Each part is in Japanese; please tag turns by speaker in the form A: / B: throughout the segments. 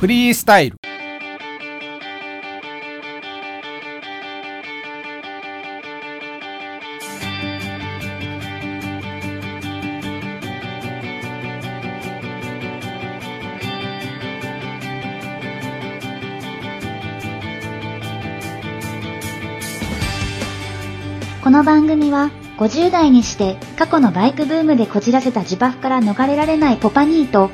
A: フリースタイル
B: この番組は50代にして過去のバイクブームでこじらせた自爆から逃れられないポパニーと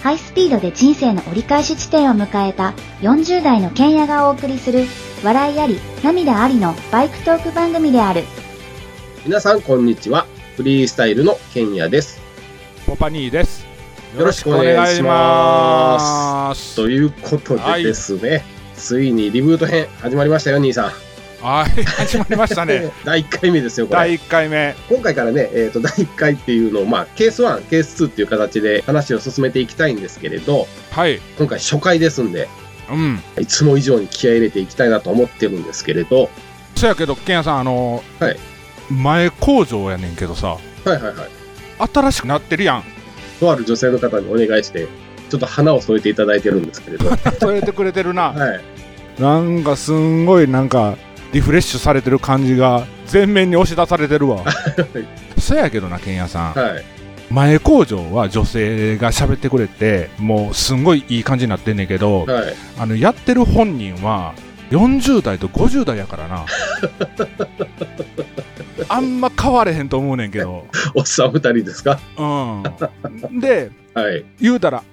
B: ハイスピードで人生の折り返し地点を迎えた40代のケンヤがお送りする笑いあり涙ありのバイクトーク番組である
C: 皆さん、こんにちは。フリースタイルのケンヤです。
D: ポパニーです。
C: よろしくお願いしますということ
D: は
C: で
D: い
C: ですね、ついにリブート編始まりましたよ、兄さん。
D: はい、始まりました ね。
C: 第1回目ですよ、これ。
D: 第1回目。
C: 今回からね、えっ、と、第1回っていうのを、まあ、ケース1、ケース2っていう形で話を進めていきたいんですけれど、
D: はい。
C: 今回初回ですんで、
D: うん。
C: いつも以上に気合い入れていきたいなと思ってるんですけれど、
D: そやけど、ケンヤさん、あの、
C: はい
D: 前工場やねんけどさ、
C: はいはいはい。
D: 新しくなってるや ん。
C: とある女性の方にお願いして、ちょっと花を添えていただいてるんですけ れど、は
D: 取れてくれてるな。
C: い。
D: なんか、すんごい、なんか、リフレッシュされてる感じが、全面に押し出されてる わ。そやけどな、ケンヤさん。
C: はい。
D: 前工場は女性が喋ってくれて、もう、すんごいいい感じになってんねんけど、
C: はい。
D: あの、やってる本人は、40代と50代やからな。 あんま変われへんと思うねんけど。
C: おっさん二人ですか
D: うん。で、
C: はい。
D: 言うたら、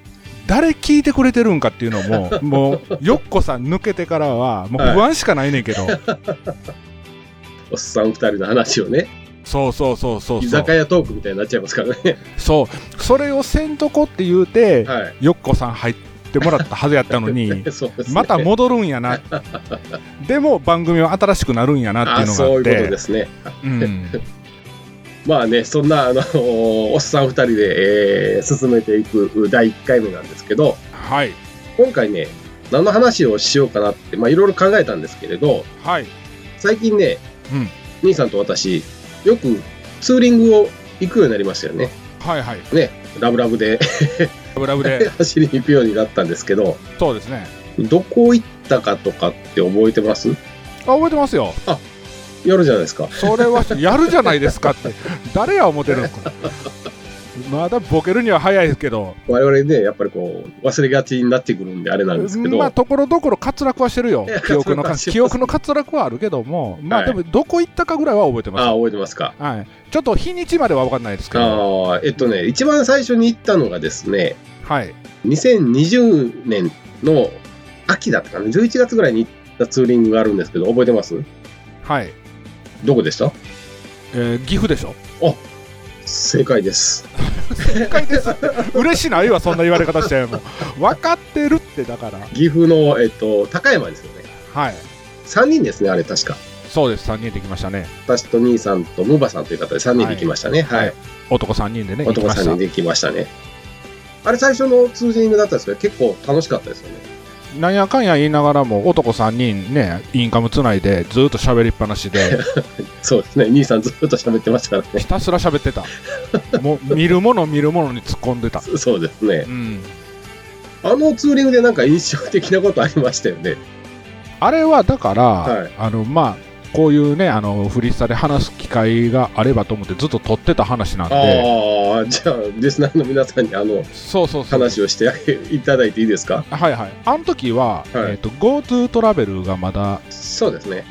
D: 誰聞いてくれてるんかっていうのも、もう、よっこさん抜けてからは、もう不安しかないねんけど。
C: おっさん二人の話をね、
D: そうそうそうそう
C: 居
D: そ
C: 酒
D: う。
C: 屋トークみたいになっちゃいます からね。
D: そう。それをせんとこって言うて、
C: はい。、
D: よっこさん入ってもらったはずやったのに
C: そうですね
D: また戻るんやな。でも、番組は新しくなるんやなっていうのが
C: あ
D: あ
C: そういう
D: っ
C: こと
D: て
C: で。すね。
D: うん。
C: まあね、そんな、あのおっさん二人で、えー進めていく第一回目なんですけど、
D: はい。
C: 今回ね、何の話をしようかなって、まあいろいろ考えたんですけれど、
D: はい。
C: 最近ね、
D: うん
C: 兄さんと私、よくツーリングを行くようになりましたよね。
D: はいはい。
C: ね、ラブラブで。
D: ラブラブで
C: 走りに行くようになったんですけど、
D: そうですね。
C: どこ行ったかとかって覚えてます
D: あ、覚えてますよ。
C: やるじゃないですか。
D: それはやるじゃないですか って。誰や思ってるのか。まだボケるには早いですけど、
C: 我々ね、やっぱりこう、忘れがちになってくるんで、あれなんですけど、
D: まあ、ところどころ滑落はしてるよ
C: いや。
D: 記憶の
C: 滑落は
D: か、
C: してます
D: 記憶の滑落はあるけども、ま
C: は
D: あ、
C: い
D: でも、どこ行ったかぐらいは覚えて
C: あ
D: ま
C: 覚えてますか。
D: す。はい。ちょっと日にちまでは分かんないですけど、
C: ああ、えっとね、一番最初に行ったのがですね、
D: はい。
C: 2020年の秋だったかな、11月ぐらいに行ったツーリングがあるんですけど、覚えてます
D: はい。
C: どこでした
D: えー岐阜でしょ。
C: 正解です。
D: 正解ですって。嬉しないわ、そんな言われ方してもう。分かってるって、だから。
C: 岐阜の、えっと、高山ですよね。
D: はい。
C: 3人ですね、あれ確か。
D: そうです、3人できましたね。
C: 私と兄さんとムバさんという方で3人で行きましたね。はい。
D: はい男3人でね、行き
C: 男
D: ま
C: 3
D: した
C: 人。で行きましたね。あれ最初のツーリングだったんですけど、結構楽しかったですよね。
D: なんやかんや言いながらも男3人ねインカムつないでずっと喋りっぱなしで
C: そうですね、兄さんずっと喋ってましたからね。
D: ひたすら喋ってたもう見るもの見るものに突っ込んでた
C: そうですね
D: う。ん
C: あのツーリングでなんか印象的なことありましたよね。
D: あれはだから、
C: はい
D: あのまあこういうねあのフリスタで話す機会があればと思ってずっと撮ってた話なんで
C: ああ、じゃあ、リスナーの皆さんにあの
D: そうそうそう
C: 話をしてあげいただいていいですか
D: はいはいあの時は、
C: はい
D: えー、と GoTo トラベルがまだ
C: そうですね。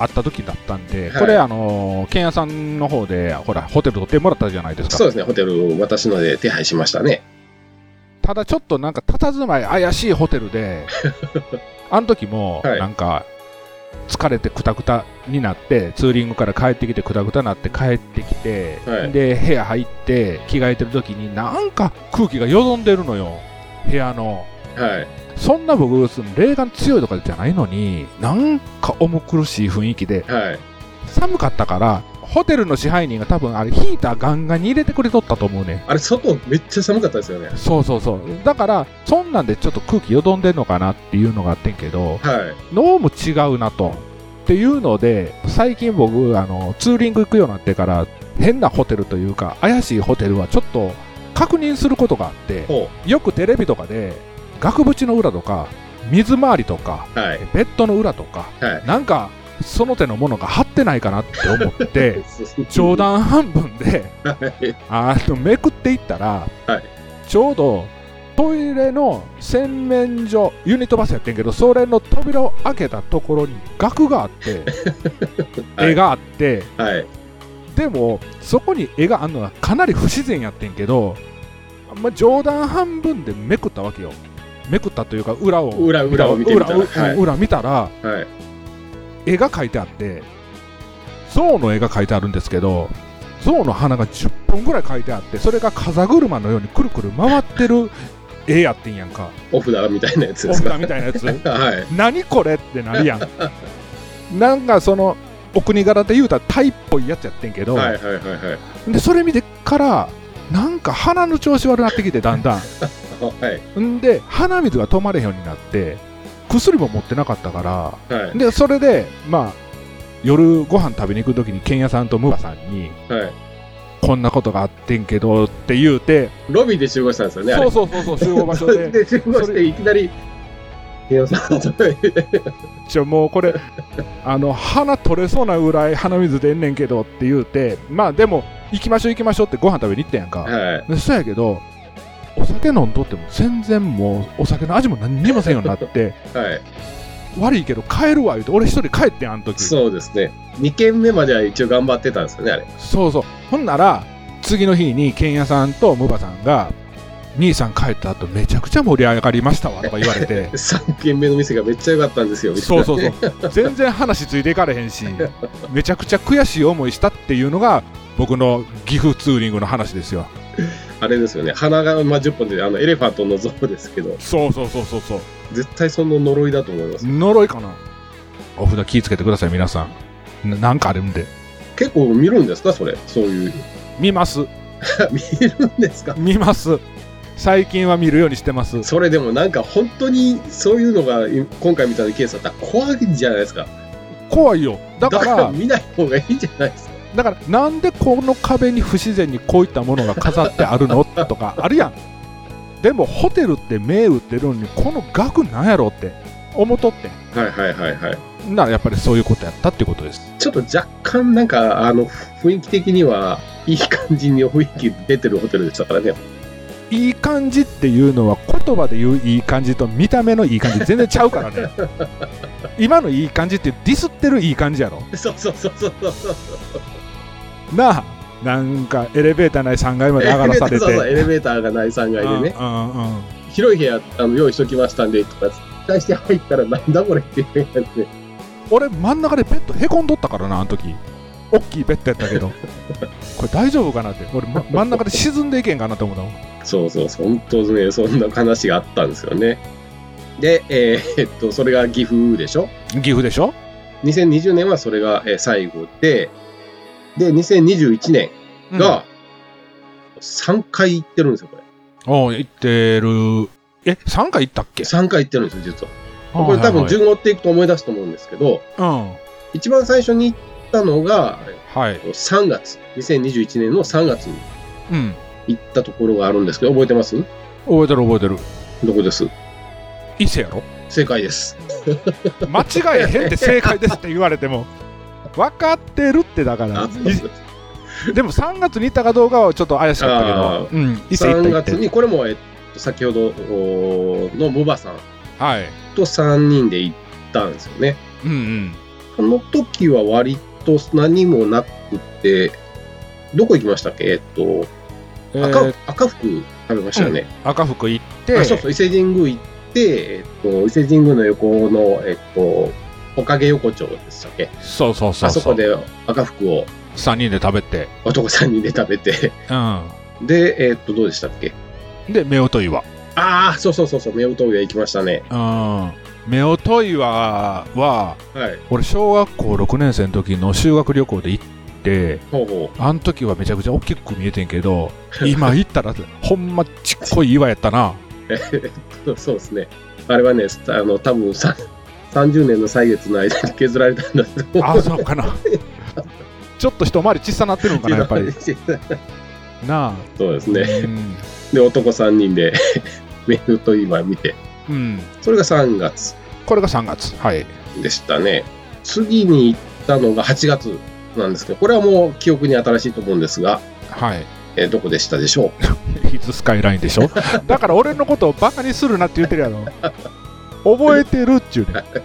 D: あった時だったん
C: は
D: で、
C: い
D: これあのケンヤさんの方でほらホテル取ってもらったじゃないですか
C: そうですね、ホテルを私ので手配しましたね。
D: ただちょっとなんか佇まい怪しいホテ ルであの時も
C: はい
D: なんか疲れてくたくたになってツーリングから帰ってきてくたくたになって帰ってきて、
C: はい
D: で部屋入って着替えてる時になんか空気がよどんでるのよ部屋の
C: はい。
D: そんな僕その霊感強いとかじゃないのになんか重苦しい雰囲気で
C: はい。
D: 寒かったからホテルの支配人が多分あれヒーターガンガンに入れてくれとったと思うねん
C: あれ、外めっちゃ寒かったですよね。
D: そうそうそう。だから、そんなんでちょっと空気よどんでんのかなっていうのがあってんけ
C: は
D: ど、
C: い。
D: 脳も違うなと。っていうので、最近僕、あの、ツーリング行くようになってから、変なホテルというか、怪しいホテルはちょっと確認することがあって、
C: ほ
D: よくテレビとかで、額縁の裏とか水回りとか
C: はい。
D: ベッドの裏とか
C: はい。
D: なんかその手のものが貼ってないかなって思って 冗
C: 談。
D: 談半分で
C: はい。
D: あのめくっていったら、
C: はい
D: ちょうどトイレの洗面所ユニットバスやってんけどそれの扉を開けたところに額があって
C: はい
D: 絵があって、
C: はい。
D: でもそこに絵があるのはかなり不自然やってんけど、まあ、冗談半分でめくったわけよめくったというか裏を
C: 裏裏を見てみたら
D: 裏
C: はい
D: 裏見たら
C: はい。
D: 絵が描いてあって象の絵が描いてあるんですけど象の鼻が10本ぐらい描いてあってそれが風車のようにくるくる回ってる絵やってんやんか
C: お札みたいなやつ
D: お
C: ですか。
D: 札みたいなや つ
C: はい。
D: 何これってなるやんなんかそのお国柄で言うたらタイっぽいやつやってんけど、
C: はいはいはいはい。
D: でそれ見てからなんか鼻の調子悪なってきてだんだ
C: はい。
D: んんで鼻水が止まれへんようになって薬も持ってなかったから
C: はい。
D: でそれでまあ夜ご飯食べに行く時にケンヤさんとムーバさんに
C: はい。
D: こんなことがあってんけどって言うて、
C: ロビーで集合したんですよね。あれ
D: そうそうそうそう集合場所 で
C: で集合していきなり、ケンさんと
D: ちょもうこれあの鼻取れそうなぐらい鼻水出んねんけどって言うてまあでも行きましょう行きましょうってご飯食べに行ったやんか、
C: はい。
D: でそうやけどお酒飲んどっても全然もうお酒の味も何にもせんようになって
C: はい。
D: 悪いけど帰るわ言うて俺一人帰ってんあの時
C: そうですね。2軒目までは一応頑張ってたんですよね、あれ。
D: そうそうほんなら次の日にケンヤさんとムバさんが兄さん帰った後めちゃくちゃ盛り上がりましたわとか言われ て
C: 3軒目の店がめっちゃ良かったんですよ、みたい
D: そう
C: な
D: そうそう全然話ついていかれへんしめちゃくちゃ悔しい思いしたっていうのが僕の岐阜ツーリングの話ですよ
C: あれですよね。鼻が、まあ、10本で、あの、エレファントの像ですけど、
D: そうそうそうそうそう
C: 絶対その呪いだと思います。
D: 呪いかなお札気ぃつけてください皆さんななんかあるんで
C: 結構見るんですか、それ。そういう。
D: 見ます
C: 見るんですか
D: 見ます最近は見るようにしてます
C: それでもなんか本当にそういうのがい今回みたいなケースだったら怖いんじゃないですか
D: 怖いよだ
C: だ
D: か
C: からら見ない方がいいんじゃないですか
D: だからなんでこの壁に不自然にこういったものが飾ってあるのとかあるやんでもホテルって目打ってるのにこの額なんやろって思っとって
C: はいはいはいはい
D: んならやっぱりそういうことやったっていうことです
C: ちょっと若干なんかあの雰囲気的にはいい感じに雰囲気出てるホテルでしたからね
D: いい感じっていうのは言葉で言ういい感じと見た目のいい感じ全然ちゃうから ね今のいい感じってディスってるいい感じやろ
C: そうそうそうそうそうそう
D: なあなんかエレベーター内3階まで上がらされて
C: そうそうエレベーターがない3階でね
D: うんうんうん
C: 広い部屋あの用意しときましたんでとか対して入ったらなんだこれっていう部屋で
D: 俺真ん中でベッドへこんどったからなあの時大きいベッドやった けどこれ大丈夫かなって俺、ま真ん中で沈んでいけんかなと思ったもん
C: そうそうそう本当ねそんな話があったんですよねでえーえっとそれが岐阜でしょ
D: 岐阜でしょ
C: 2020年はそれがえー最後で、で、2021年が3回行ってるんですよ、これ。
D: うんおう行ってるえ3回行ったっけ
C: 3回行ってるんですよ、実は。これ多分
D: はい
C: 順を追っていくと思い出すと思うんですけど、
D: はい
C: 一番最初に行ったのが
D: うんはい
C: 3月、2021年の3月に
D: うん
C: 行ったところがあるんですけど、覚えてます
D: 覚えてる覚えてる
C: どこです
D: 伊勢やろ
C: 正解です。
D: 間違えへんって正解ですって言われても分かってるってだから
C: あそうです
D: いでも3月に行ったかどうかはちょっと怪しかったけど、うん、伊勢行った
C: 3
D: 行って
C: 月に、これも、えっと、先ほどおーのムバさん
D: はい
C: と3人で行ったんですよね。
D: うんうん
C: あの時は割と何もなくて、どこ行きましたっけえっと、
D: え
C: 赤,、
D: ー
C: 赤福食べましたよね。
D: 赤福行って
C: あそうそう、伊勢神宮行って、えっと、伊勢神宮の横の、えっと、おかげ横丁でしたっけ
D: そうそうそう
C: あそこで赤福を
D: 3人で食べて、
C: 男さんにで食べて、
D: う
C: で、えっと、どうでしたっけ
D: ん、で夫婦岩、
C: ああ、そうそうそうそう、夫婦屋行きましたね。
D: うん、夫婦岩は
C: はい。
D: 俺小学校6年生の時の修学旅行で行って
C: ほうほ
D: あの時はめちゃくちゃ大きく見えてんけ ど今行ったらほんまちっこい岩やった な
C: う。 そうですね。あれはね、あの、多分さ30年の歳月の間に削られたんだと思う。
D: あそうかなちょっと一回り小さなってるのかなやっぱりなあ
C: そうですね。
D: うん
C: で、男3人で、メールと今見て、
D: うん、
C: それが3月
D: これが3月はい
C: でしたね。次に行ったのが8月なんですけど、これはもう記憶に新しいと思うんですが、
D: はい
C: えーどこでしたでしょ
D: ヒズスカイラインでしょだから俺のことをバカにするなって言ってるや ろ覚えてるっちゅうねん
C: う。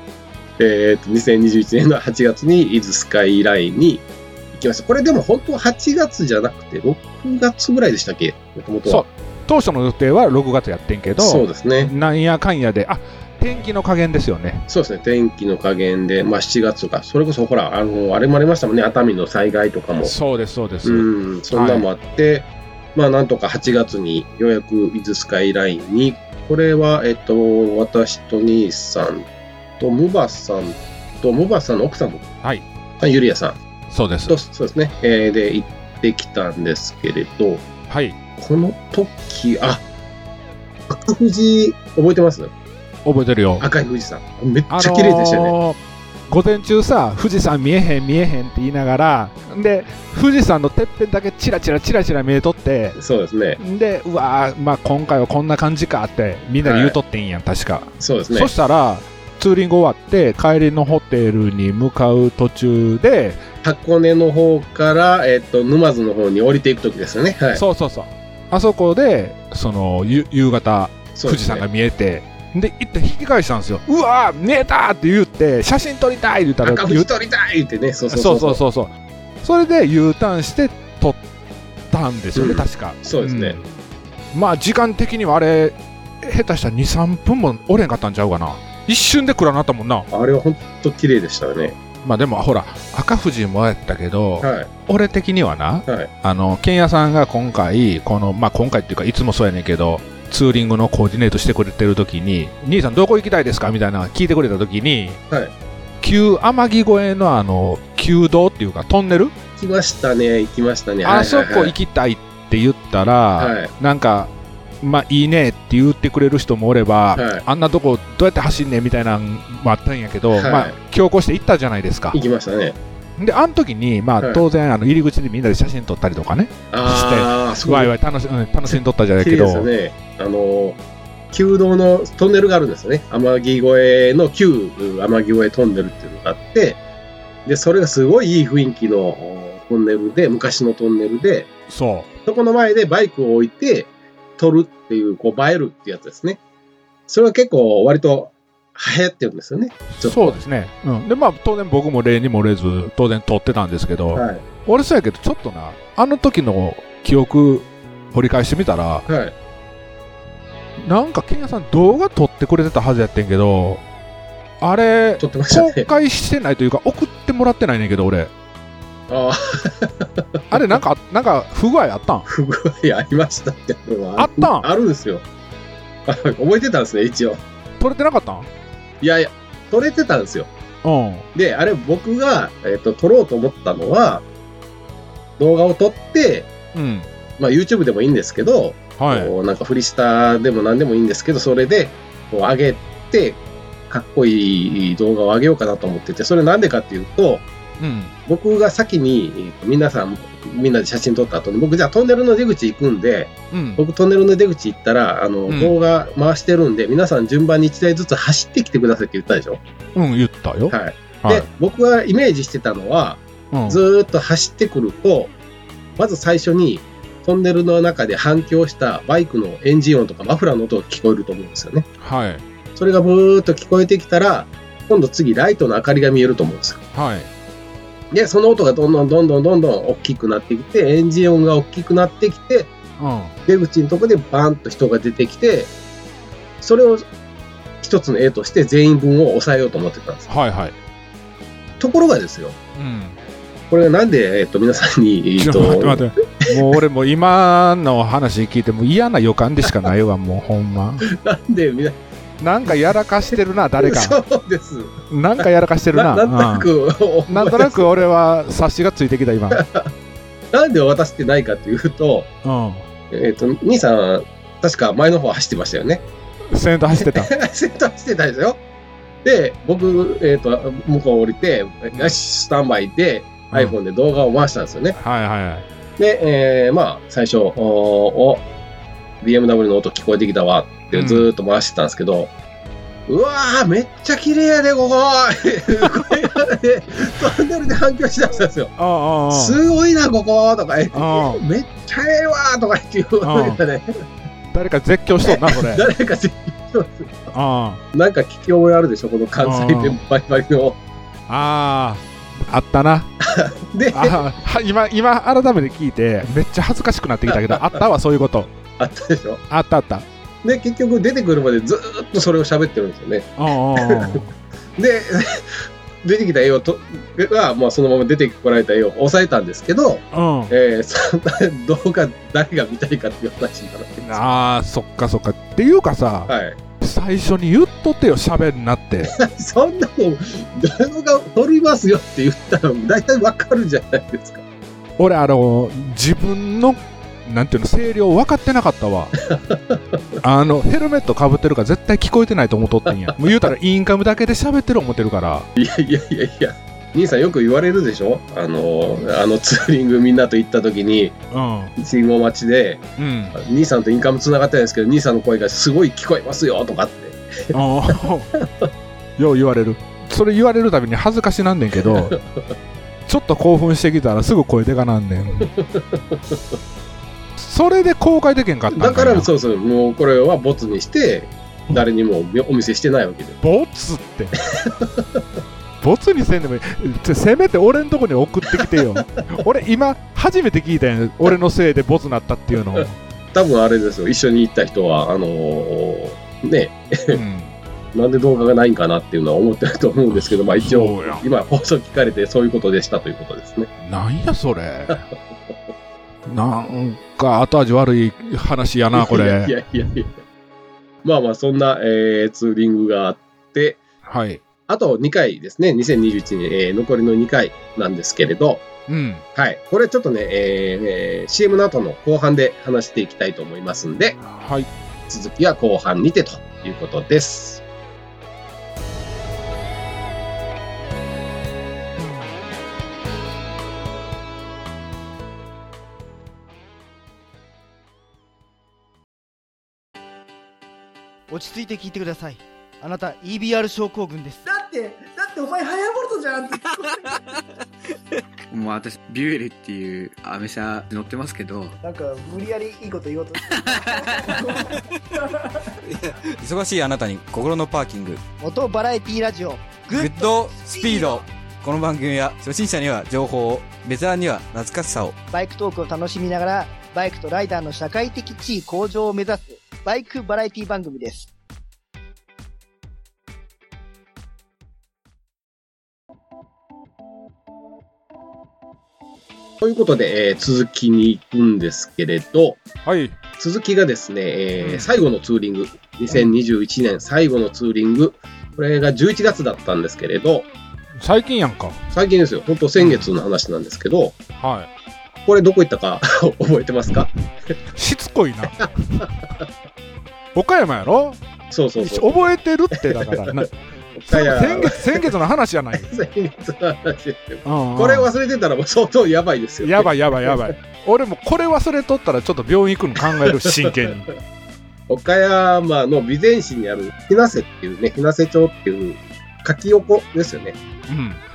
C: えーと、2021年の8月に伊豆スカイラインに行きました。これでも本当は8月じゃなくて6月ぐらいでしたっけもともと
D: そう
C: は。
D: 当初の予定は6月やってんけど
C: そうですね。
D: なんやかんやであ天気の加減ですよね
C: そうですね。天気の加減で、まあ7月とか、それこそほら、あの、あれもありましたもんね。熱海の災害とかも。
D: そうですそうです、
C: うん、そんなのもあって、まあなんとか8月にようやく伊豆スカイラインに、これは、えっと、私と兄さんと、ムバさんと、ムバさんの奥さんと、
D: はい
C: ゆりやさん
D: そうです
C: と、そうですね、えーで行ってきたんですけれど、
D: はい
C: この時、あ赤富士、覚えてます
D: 覚えてるよ
C: 赤い富士山。 めっちゃ綺麗でしたよね。
D: のー午前中さ富士山見えへん見えへんって言いながらで富士山のてっぺんだけチラチラチラチラ見えとって
C: そうですね。
D: でうわー、まあ、今回はこんな感じかってみんなで言うとってんやん、確か、
C: そうです
D: そ
C: ね。
D: したらツーリング終わって帰りのホテルに向かう途中で、
C: 箱根の方から、えっと、沼津の方に降りていく時ですよね。はい。
D: そうそうそうあそこでそのゆ夕方
C: そう
D: 富
C: ですね
D: 士山が見えてで行って引き返したんですようわー見えたって言って写真撮りたい言ったら
C: 赤富士取りたいってね、そうそう
D: そ
C: そうう
D: そう
C: そう。
D: そうそうそれで U ターンして取ったんですよね、
C: うん
D: 確か
C: そうですね、
D: うんまあ時間的にはあれ下手したら23分も折れんかったんちゃうかな一瞬で暗なったもんな
C: あれは本当綺麗でしたよね。
D: まあでもほら赤富士もやったけど、
C: は。
D: 俺的にはない
C: はい。
D: あの剣屋さんが今回このまあ今回っていうかいつもそうやねんけどツーリングのコーディネートしてくれてる時に「兄さんどこ行きたいですか?」みたいなの聞いてくれた時に、
C: はい
D: 旧天城越えのあの旧道っていうかトンネル
C: 行きましたね、行きましたね。
D: あそこ行
C: き
D: きたいって言ったら、
C: はいはい
D: なんか、まあいいねって言ってくれる人もおれば、
C: はい
D: あんなとこどうやって走んねんみたいなのもあったんやけど、
C: はい
D: まあ強行して行ったじゃないですか
C: 行。きましたね。
D: で、あの時に、ま
C: は
D: あ
C: い
D: 当然、あの入り口でみんなで写真撮ったりとかね、
C: ああ、すご
D: わい
C: い。
D: わい楽し,、うん、楽しんどったじゃない
C: 綺
D: け
C: 麗で
D: ど、
C: すよね。あの、旧道のトンネルがあるんですよね。天城越えの旧天城越えトンネルっていうのがあって、で、それがすごいいい雰囲気のトンネルで、昔のトンネルで、
D: そ
C: そこの前でバイクを置いて、撮るっていう、こう、映えるってやつですね。それは結構、割と、流行ってるんですよね。ち
D: う、
C: ょっと
D: そうですね、うん、で、まあ当然僕も例にもれず、当然撮ってたんですけど、
C: はい。
D: 俺そうやけど、ちょっとな、あの時の記憶、掘り返してみたら、
C: はい。
D: なんか、ケンヤさん動画撮ってくれてたはずやってんけど、あれ、
C: 撮ってました
D: 公
C: ね。
D: 開してないというか、送ってもらってないねんけど、俺。
C: ああ、
D: あれ、なんか、なんか、不具合あったん
C: 不具合ありましたっての
D: あったん
C: あるんですよ。あ覚えてたんですね、一応。
D: 撮れてなかったん
C: いやいや、撮れてたんですよ。
D: うん。
C: で、あれ、僕が、えっと、撮ろうと思ったのは、動画を撮って、
D: うん。
C: まあ、YouTube でもいいんですけど、
D: はい。
C: こうなんかフリスタでも何でもいいんですけど、それでこう上げて、かっこいい動画を上げようかなと思ってて、それなんでかっていうと、
D: うん。
C: 僕が先に、えー皆さん、みんなで写真撮った後に、僕じゃあトンネルの出口行くんで、
D: うん。
C: 僕トンネルの出口行ったら、あの、
D: うん
C: 動画回してるんで、皆さん順番に1台ずつ走ってきてくださいって言ったでしょ。
D: うん、言ったよ。
C: はい。
D: はい
C: で。、僕がイメージしてたのは、
D: うん
C: ずーっと走ってくると、まず最初に、トンネルの中で反響したバイクのエンジン音とかマフラーの音が聞こえると思うんですよね。
D: はい。
C: それがブーっと聞こえてきたら、今度次ライトの明かりが見えると思うんですよ。
D: はい。
C: で、その音がどんどんどんどんどんどん大きくなってきて、エンジン音が大きくなってきて、
D: う
C: 出口のとこでバーンと人が出てきて、それを一つの絵として全員分を抑えようと思ってたんです。
D: ん。はいはい。
C: ところがですよ、
D: うん。
C: これがなんで、えっと、皆さんに、え
D: ち
C: っ
D: ょっ
C: と
D: と、待って待って。もう俺もう今の話聞いても嫌な予感でしかないわ、もうほんま。
C: なんで皆
D: なんかやらかしてるな、誰か。
C: そうです。
D: なんかやらかしてるな。
C: ななんとな
D: うん
C: く、
D: なんとなく俺は察しがついてきた今。
C: なんで渡してないかというと、
D: う
C: えっと、兄さん、確か前の方走ってましたよね。
D: ん。セント走ってた。
C: センターしてたですよ。で、僕、えっ、と、向こう降りて、よし、スタンバイで、iPhone で動画を回したんですよね。
D: はいはいはい。
C: で、えーまあ、最初、おーお BMW の音聞こえてきたわってずーっと回してたんですけど、うわー、めっちゃ綺麗やで、こ ここれがね、トンネルで反響しだしたんですよ。
D: ああああ
C: すごいな、こことか、え
D: あ
C: めっちゃええわーとか言っていうのがね、
D: 誰か絶叫しそうな それ
C: 誰か絶叫する
D: あ
C: なんか聞き覚えあるでしょ、この関西弁バリバリの。
D: ああああったな
C: で、あ
D: あは今今改めて聞いてめっちゃ恥ずかしくなってきたけどあったわそういうこと
C: ったでしょ。
D: あったあった
C: で、結局出てくるまでずーっとそれを喋ってるんですよね。
D: うんうんうん
C: で、 出てきた絵をとは、まあ、そのまま出てこられた絵を抑えたんですけど、
D: うん
C: えーそんな 動画誰が見たいかっていう話になるわけですよ。
D: ああそっかそっかっていうかさ
C: はい、
D: 最初に言っとってよ喋んなって
C: そんな もん、動画撮りますよって言ったら、大体わかるじゃないですか。
D: 俺あの自分のなんていうの声量分かってなかったわあのヘルメットかぶってるから絶対聞こえてないと思っとってんやもう言うたらインカムだけで喋ってる思ってるから
C: いやいやいや、兄さんよく言われるでしょあの、あのツーリングみんなと行った時に、
D: う
C: 信号待ちで、
D: んうん
C: 兄さんとインカムつながってないですけど、兄さんの声がすごい聞こえますよとかって。
D: ああ よう言われるそれ言われるたびに恥ずかしなんねんけどちょっと興奮してきたらすぐ声でかなん ねんそれで公開できんかったん
C: だ
D: か
C: から、
D: そ
C: そうそう、もうこれはボツにして、誰にもお見せしてないわけで。
D: ボツってボツにせんでもいいちょせめて俺んとこに送ってきてよ俺今初めて聞いたやん俺のせいでボツなったっ ていうのを、う
C: 多分あれですよ、一緒に行った人は、あのーね、
D: ん、
C: なんで動画がないんかなっていうのは思ってると思うんですけど、まあ一応、
D: そうや
C: 今放送聞かれてそういうことでしたということですね。
D: なんやそれなんか後味悪い話やな こ
C: いやい
D: れ
C: やいやいや。まあまあ、そんな、えーツーリングがあって、
D: はい
C: あと2回ですね、2021年、えー残りの2回なんですけれど、
D: うん
C: はい。これちょっとね、えーえー CM の後の後半で話していきたいと思いますんで、
D: はい
C: 続きは後半にてということです。
A: 落ち着いて聞いてくださいあなた EBR 症候群です
E: だってだってお前ハヤボルトじゃんって
F: もう私、ビュエルっていうアメ車乗ってますけど、
E: なんか無理やりいいこと言おうと
G: 忙しいあなたに心のパーキング
A: 元バラエティラジオ
G: グ
A: グ
G: ッドスピードこの番組は初心者には情報をベテランには懐かしさを
A: バイクトークを楽しみながらバイクとライダーの社会的地位向上を目指すバイクバラエティ番組です
C: ということで、えー続きに行くんですけれど、
D: はい
C: 続きがですね、えー
D: うん
C: 最後のツーリング、2021年最後のツーリング、これが11月だったんですけれど、
D: 最近やんか
C: 最近ですよ、本当先月の話なんですけど、
D: は
C: これどこ行ったか 覚えてますか
D: いしつこいな岡山やろ
C: そうそうそう。
D: 覚えてるってだか らな
C: 岡
D: 先
C: 山
D: 先月先月の話じゃない、
C: 先月の話。
D: うんう ん
C: これ忘れてたらもう相当やばいですよ、
D: やばいやばいやばい俺もこれ忘れとったらちょっと病院行くの考える真剣に
C: 岡山の備前市にある日生っていうね、日生町っていう柿おこですよね。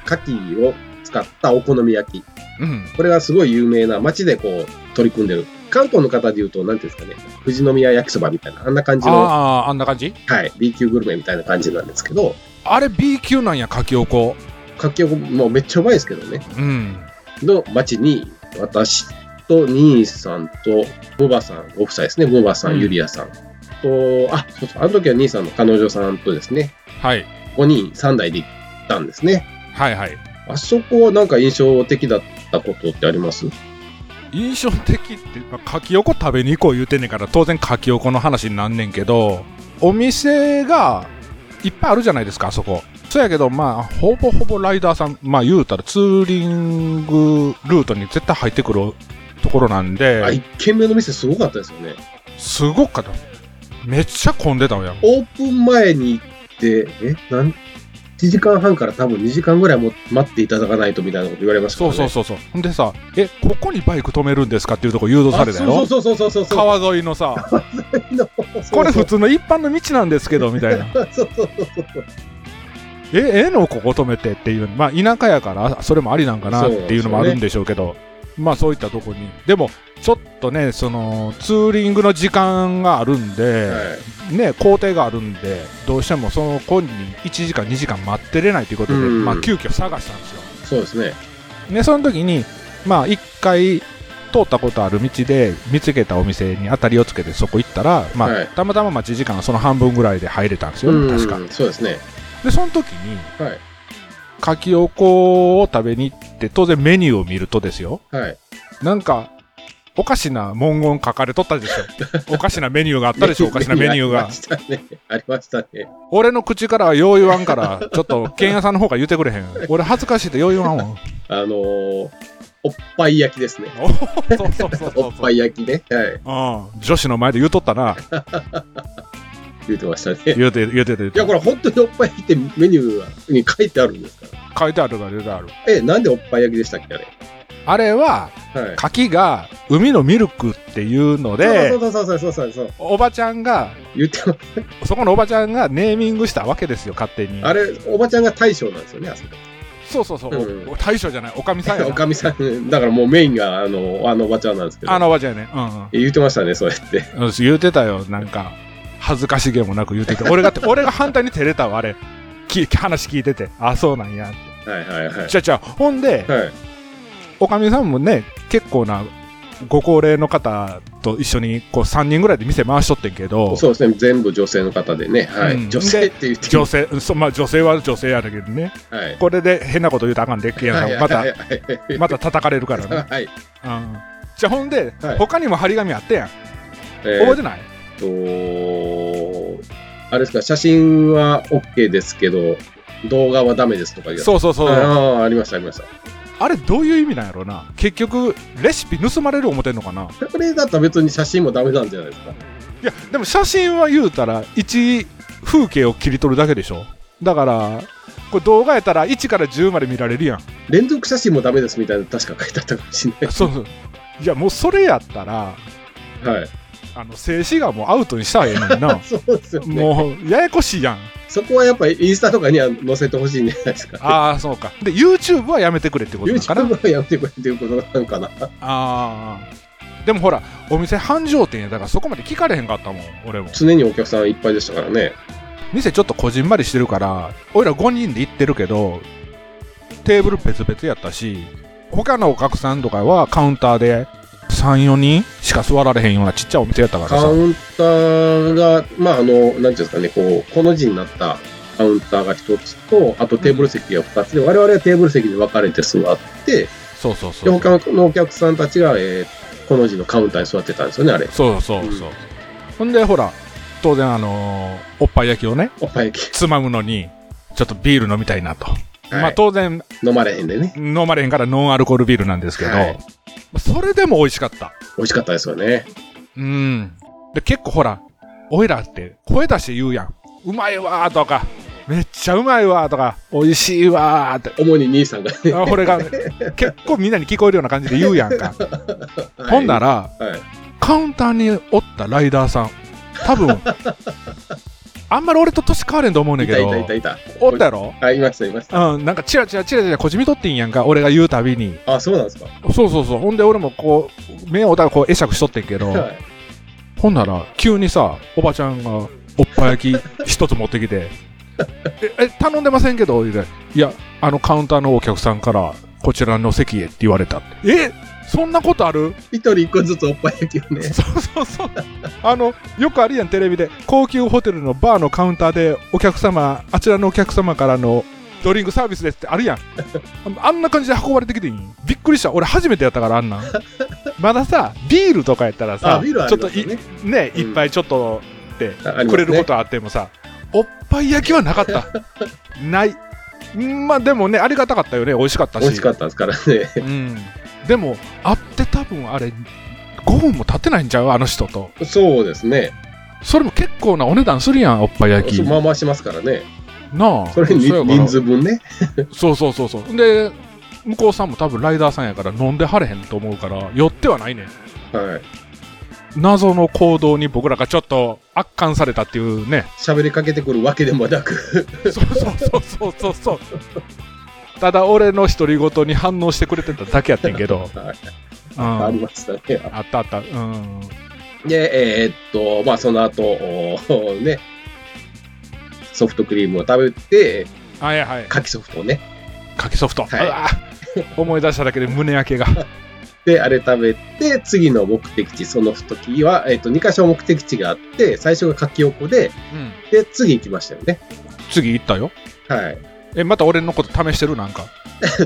C: 柿を使ったお好み焼き。
D: うんうん
C: これがすごい有名な町でこう取り組んでる。関東の方で言うと、なんていうんですかね、富士宮焼きそばみたいな、あんな感じ
D: あ
C: の、
D: ああんな感じ
C: はい、B 級グルメみたいな感じなんですけど、
D: あれ B 級なんや書きおこ
C: 柿おこもうめっちゃうまいですけどね。
D: うん
C: の町に、私と兄さんと、ムバさん、ご夫妻ですね、ムバさ
D: うん
C: ん、ユリアさんと、あ、そうそう、あの時は兄さんの彼女さんとですね、
D: はい
C: 5人3台で行ったんですね。
D: はいはい
C: あそこはなんか印象的だったことってあります
D: 印象的って、まあ、かきおこ食べに行こう言うてんねんから当然かきおこの話になんねんけどお店がいっぱいあるじゃないですかあそこそうやけどまあほぼほぼライダーさんまあ言うたらツーリングルートに絶対入ってくるところなんで、
C: あ、1軒目の店すごかったですよね。
D: すごかっためっちゃ混んでたわやん
C: オープン前に行って、え、なん、 1時間半から多分2時間ぐらいも待っていただかないとみたいなこと言われましたか
D: そ
C: らね。
D: うそうそうそうほんでさえここにバイク止めるんですかっていうとこ誘導された
C: あ
D: よ
C: そうそうそうそうそうそう。
D: 川沿いのさこ
C: こ
D: れ普通の一般の道なんですけどみたいな
C: そうそうそうそうそう。
D: えええのここ止めてっていうまあ田舎やからそれもありなんかなっていうのもあるんでしょうけどまあそういったとこにでもちょっとねそのツーリングの時間があるんで、
C: はい
D: ね、工程があるんでどうしてもその子に1時間2時間待ってれないということで、
C: うん
D: まあ、急遽探したんですよ
C: そうですね。
D: でその時に、まあ、1回通ったことある道で見つけたお店に当たりをつけてそこ行ったら、まあ
C: はい
D: たまたま待ち時間はその半分ぐらいで入れたんですよ、
C: うん
D: 確か
C: そうですね。
D: でその時に
C: はい。
D: かきおこを食べに行って当然メニューを見るとですよ
C: はい。
D: なんかおかしな文言書かれとったでしょおかしなメニューがあったでしょおかしなメニュー
C: あり
D: が
C: ましたね。ありましたね。
D: 俺の口からはよう言わんから、ちょっと、ケンヤさんの方が言ってくれへん。俺恥ずかしいってよう言わんわ。
C: あのー、おっぱい焼きですね。
D: おそうそうそうそ
C: お
D: う
C: っぱい焼きね。はい。
D: うん。女子の前で言うとったな。
C: 言ってましたね。
D: 言うて、言うて言う
C: い
D: て
C: や、これ本当におっぱい焼きってメニューに書いてあるんですから。
D: 書いてあるから言うてある。
C: え、なんでおっぱい焼きでしたっけあれ。
D: あれは、
C: はい。
D: 牡蠣が海のミルクっていうので、
C: そうそうそうそうそうそうそう。
D: おばちゃんが、
C: 言ってま
D: そこのおばちゃんがネーミングしたわけですよ、勝手に。
C: あれ、おばちゃんが大将なんですよね、あそこ。
D: そうそうそう。
C: うん
D: お大将じゃない、おかみさんや
C: お
D: な。
C: かみさん、だからもうメインがあの、あのおばちゃんなんですけど。
D: あのおばちゃんやね。うん、うん。
C: 言ってましたね、そうやって。
D: うん言うてたよなんか恥ずかしげもなく言うてて俺が俺が反対に照れたわあれき話聞いててあそうなんやって
C: はいはいはい。
D: じゃじゃほんで
C: はい。
D: おかみさんもね結構なご高齢の方と一緒にこう3人ぐらいで店回しとってんけど
C: そうですね、全部女性の方でね。はい。
D: うん
C: 女性って言って
D: 女性そうまあ、女性は女性やだけどね
C: はい。
D: これで変なこと言うとあかんでっけや
C: はい
D: んまた
C: はいはいはい
D: また叩かれるからね、
C: はい。
D: うん、じゃあほんで、
C: はい
D: 他にも張り紙あったやん
C: え
D: 覚えてない、
C: ーっと、あれですか、写真は OK ですけど、動画はダメですとか言
D: そうそうそう
C: ああ、ありました、ありました。
D: あれどういう意味なんやろうな結局レシピ盗まれる思てんのかな
C: これだったら別に写真もダメなんじゃないですか。
D: いやでも写真は言うたら一風景を切り取るだけでしょだからこれ動画やったら1から10まで見られるやん
C: 連続写真もダメですみたいな、確か書いてあったかもしれない。
D: そうそういやもうそれやったら
C: はい。
D: あの静止画もうアウトにしたらええのに な
C: そうですよね。
D: もうややこしいやん
C: そこはやっぱりインスタとかには載せてほしいんじゃないですか。
D: ああそうかで YouTube はやめてくれってことなんかな
C: YouTube はやめてくれっていうことなのかな。
D: ああでもほらお店繁盛店やだからそこまで聞かれへんかったもん俺も
C: 常にお客さんいっぱいでしたからね。
D: 店ちょっとこじんまりしてるから俺ら5人で行ってるけどテーブル別々やったし他のお客さんとかはカウンターで34人しか座られへんようなちっちゃいお店やったから
C: カ
D: さ
C: ウンターが、まあ、あの、なんていうんですかね、こう、この字になったカウンターが一つと、あとテーブル席が二つで、我々はテーブル席に分かれて座って、
D: そうそうそ
C: で、
D: うそう
C: 他のお客さんたちが、えーこの字のカウンターに座ってたんですよね、あれ。
D: そうそうそうほんでほら当然あのーおっぱい焼きをね
C: おっぱい焼き
D: つまむのにちょっとビール飲みたいなと、ま
C: は
D: あ
C: い
D: 当然
C: 飲まれへんでね。
D: 飲まれへんからノンアルコールビールなんですけど、
C: はい
D: それでも美味しかった
C: 美味しかったですよね。
D: うん。で、結構ほら、おいらって声出して言うやん。うまいわーとか、めっちゃうまいわーとか、美味しいわーって。
C: 主に兄さ んがね。
D: あ俺が結構みんなに聞こえるような感じで言うやんか。
C: はい
D: ほんなら、
C: はい。
D: カウンターにおったライダーさん、多分、あんまり俺と年変われんと思うね
C: い
D: んけ
C: たい
D: ど
C: た、いたいた。
D: おったやろ
C: はい、いました、いました。
D: うん、なんかチラチラチラチラこじみとってんやんか、俺が言うたびに。
C: あ、そうなんですか。
D: そうそうそう。ほんで俺もこう、目をお互いこう会釈しとってんけど、
C: はい。
D: ほんなら、急にさ、おばちゃんが、おっぱい焼き一つ持ってきて、え、え、頼んでませんけど、言うていや、あのカウンターのお客さんから、こちらの席へって言われたって。えそんなことある
C: 一人一個ずつおっぱい焼きをね。
D: そうそうそう。あの、よくあるやん、テレビで。高級ホテルのバーのカウンターで、お客様、あちらのお客様からの、ドリンクサービスですってあるやん。ああんな感じで運ばれてきていいびっくりした。俺初めてやったから、あんなん。まださ、ビールとかやったら
C: あ、
D: さ、
C: ビールあ
D: ちょ
C: り
D: っ
C: ま
D: と
C: す
D: い
C: よね。
D: ね、
C: うん
D: いっぱいちょっとって
C: あありますね
D: くれることはあってもさ、おっぱい焼きはなかった。 ない。んまあでもね、ありがたかったよね、美味しかったし。
C: 美味しかったですからね。
D: うん。でも、あって多分あれ、5分も経ってないんちゃうあの人と。
C: そうですね。
D: それも結構なお値段するやん、おっぱい焼き。
C: まあまあしますからね。
D: なあ
C: それに
D: うやから
C: 人数分ね。
D: そうそうそうそうで向こうさんも多分ライダーさんやから飲んではれへんと思うから寄ってはないねん
C: はい。
D: 謎の行動に僕らがちょっと圧巻されたっていうね
C: 喋りかけてくるわけでもなく。
D: そうそうそうそうそうただ俺の独り言に反応してくれてただけやってんけ ど、
C: はい
D: うん、
C: あ
D: あ
C: りましたね。
D: ったあったうん
C: で、えーっと、まあ、その後、おーね、ソフトクリームを食べて、
D: はいはい
C: 柿ソフトをね。
D: かきソフト、
C: はいう
D: わ思い出しただけで胸焼けが
C: で、あれ食べて、次の目的地、その時は、えーっと、2箇所目的地があって、最初が柿横で、
D: うん
C: で、次行きましたよね。
D: 次行ったよ
C: はい。
D: えまた俺のこと試してるなんか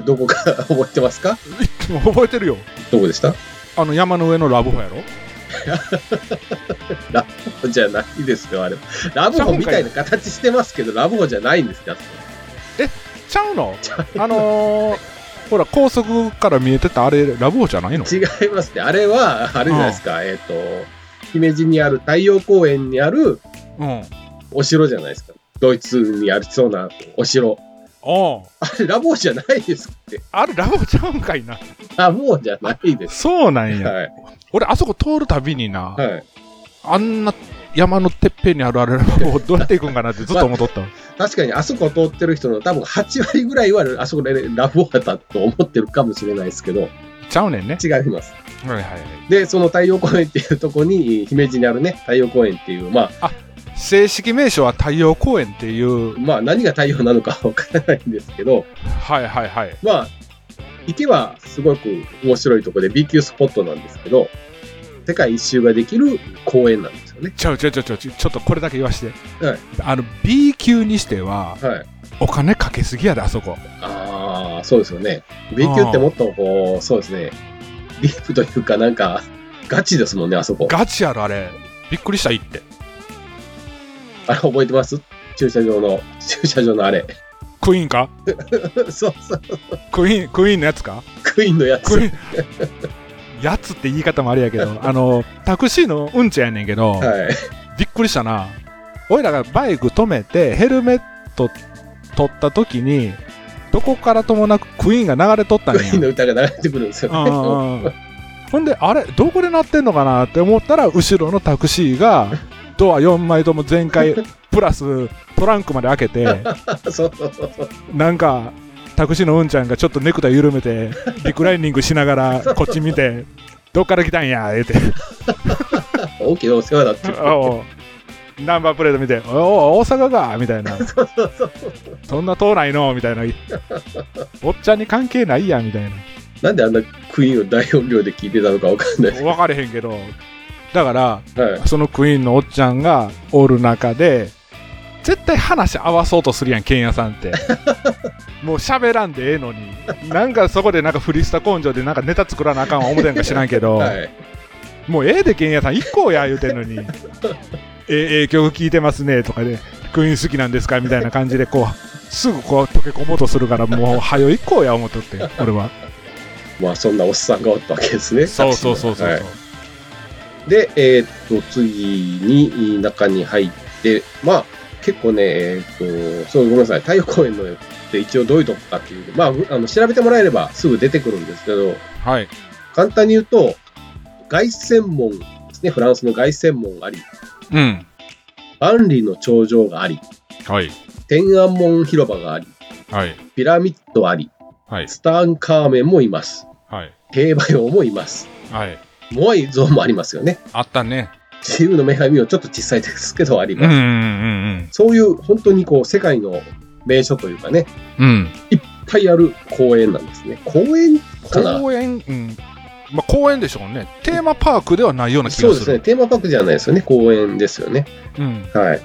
C: どこか覚えてますか
D: もう覚えてるよ
C: どこでした
D: あの山の上のラブホやろ
C: じゃないですよ、あれ。ラブホみたいな形してますけど、ラブホじゃないんですよ。
D: ちゃうのあのー、ほら高速から見えてたあれラブホじゃないの
C: 違いますね。あれは、あれじゃないですか。えっ、と、姫路にある太陽公園にある
D: うん
C: お城じゃないですか。ドイツにありそうなお城。
D: お
C: あれ、ラブホじゃないですって。
D: あれラブホちゃうんかいな
C: ラブホじゃないです。
D: そうなんや
C: はい。
D: 俺あそこ通るたびにな、
C: はい。
D: あんな山のてっぺんにあるあれラブホどうやって行くんかなってずっと思っとった、
C: 確かに、あそこ通ってる人の多分8割ぐらいは、あそこでラブホだったと思ってるかもしれないですけど、
D: ちゃうねんね
C: 違います。
D: はいはいはい
C: で、その太陽公園っていうとこに、姫路にあるね、太陽公園っていう、まあ、
D: 正式名称は太陽公園っていう
C: まあ何が太陽なのかわからないんですけど、
D: はいはいはい
C: まあ、行けばすごく面白いとこで B 級スポットなんですけど、世界一周ができる公園なんですよね。
D: ちゃうちゃうちゃうちゃうちょっとこれだけ言わして、
C: はい
D: あの B 級にしては
C: はい。
D: お金かけすぎやであそこ
C: ああ、そうですよね。B 級ってもっとこう、そうですね、ディープというかなんか、ガチですもんね、あそこ。
D: ガチやろあれびっくりしたいって
C: あれ覚えてます駐車場の、駐車場のあれ。
D: クイーンか
C: そうそう、
D: クイーンクイーンのやつか
C: クイーンのやつ。
D: クイ
C: は
D: ー ンやつって言い方もあれやけどあのタクシーのうんちゃんやねんけど、
C: い。
D: びっくりしたな俺らがバイク止めてヘルメット取った時にどこからともなくクイーンが流れとったん
C: クイ
D: や
C: ーンの歌が流れてくるんですよ
D: うん
C: ね。
D: うんうんほんであれどこで鳴ってんのかなって思ったら後ろのタクシーがドア4枚とも全開プラストランクまで開けて
C: そうそうそうそう。
D: なんかタクシーのうんちゃんがちょっとネクタイ緩めてリクライニングしながらこっち見て「どっから来たんや」言うて
C: 大きなお世話だって。
D: あおナンバープレート見て「おお大阪か」み たいな「そんな通ないの?」みたいな「おっちゃんに関係ないや」みたいな
C: なんであんなクイーンを大音量で聞いてたのかわかんないです
D: 分かれへんけどだから
C: けど。はい。
D: そのクイーンのおっちゃんがおる中で絶対話合わそうとするやんけんやさんって もう喋らんでええのになんかそこでなんかフリスタ根性でなんかネタ作らなあかん思ってんか知らんけ ど、
C: はい。
D: もうええでけんやさん一個や言うてんのにええええ曲聴いてますねとかでクイーン好きなんですかみたいな感じでこうすぐこう溶け込もうとするからもう早い一個や思っとって俺は
C: まあそんなおっさんがおったわけですね。
D: そうそうそうそうそう、
C: はいで、えーっと、次に中に入って、まあ結構ね、えーっと、そう、ごめんなさい、太陽公園のって一応どういうとこかっていう、まああの調べてもらえればすぐ出てくるんですけど、
D: はい
C: 簡単に言うと、凱旋門ですね、フランスの凱旋門あり、
D: うん
C: 万里の長城があり、
D: はい
C: 天安門広場があり、
D: はい
C: ピラミッドあり、
D: はい
C: スタンカーメンもいます。
D: はい
C: 兵馬俑もいます。
D: はい
C: モアイ像もありますよね。
D: あったね
C: 自由の女神もちょっと小さいですけどあり
D: うん
C: ま
D: う
C: す。
D: ん
C: そういう本当にこう世界の名所というかね、いっ
D: うんうん
C: ぱいある公園なんですね。公園かな
D: 公園うんまあ公園でしょうねテーマパークではないような気
C: そう
D: が
C: ですすね。
D: る
C: テーマパークじゃないですよね。公園ですよね。
D: うん
C: はい。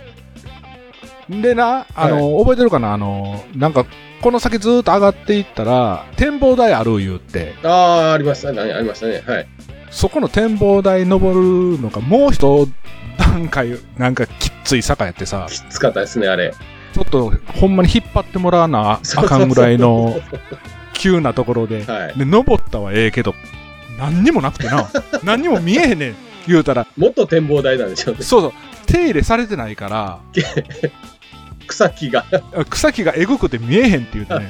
D: でな、あの、覚えてるかなあの、なんか、この先ずーっと上がっていったら、展望台ある言うて、
C: ああ、ありましたね。ありましたね。はい。
D: そこの展望台登るのが、もう一段階、なんかきっつい坂やってさ、
C: きつかったですね、あれ。
D: ちょっと、ほんまに引っ張ってもらわなあ
C: そうそうそう
D: かんぐらいの、急なところ で、
C: はい。
D: で、登ったはええけど、何にもなくてな、何にも見えへんねん、言うたら、
C: もっと展望台なんでしょうね。
D: そうそう、手入れされてないから、
C: 草木が
D: 草木がえぐくて見えへんって言うてね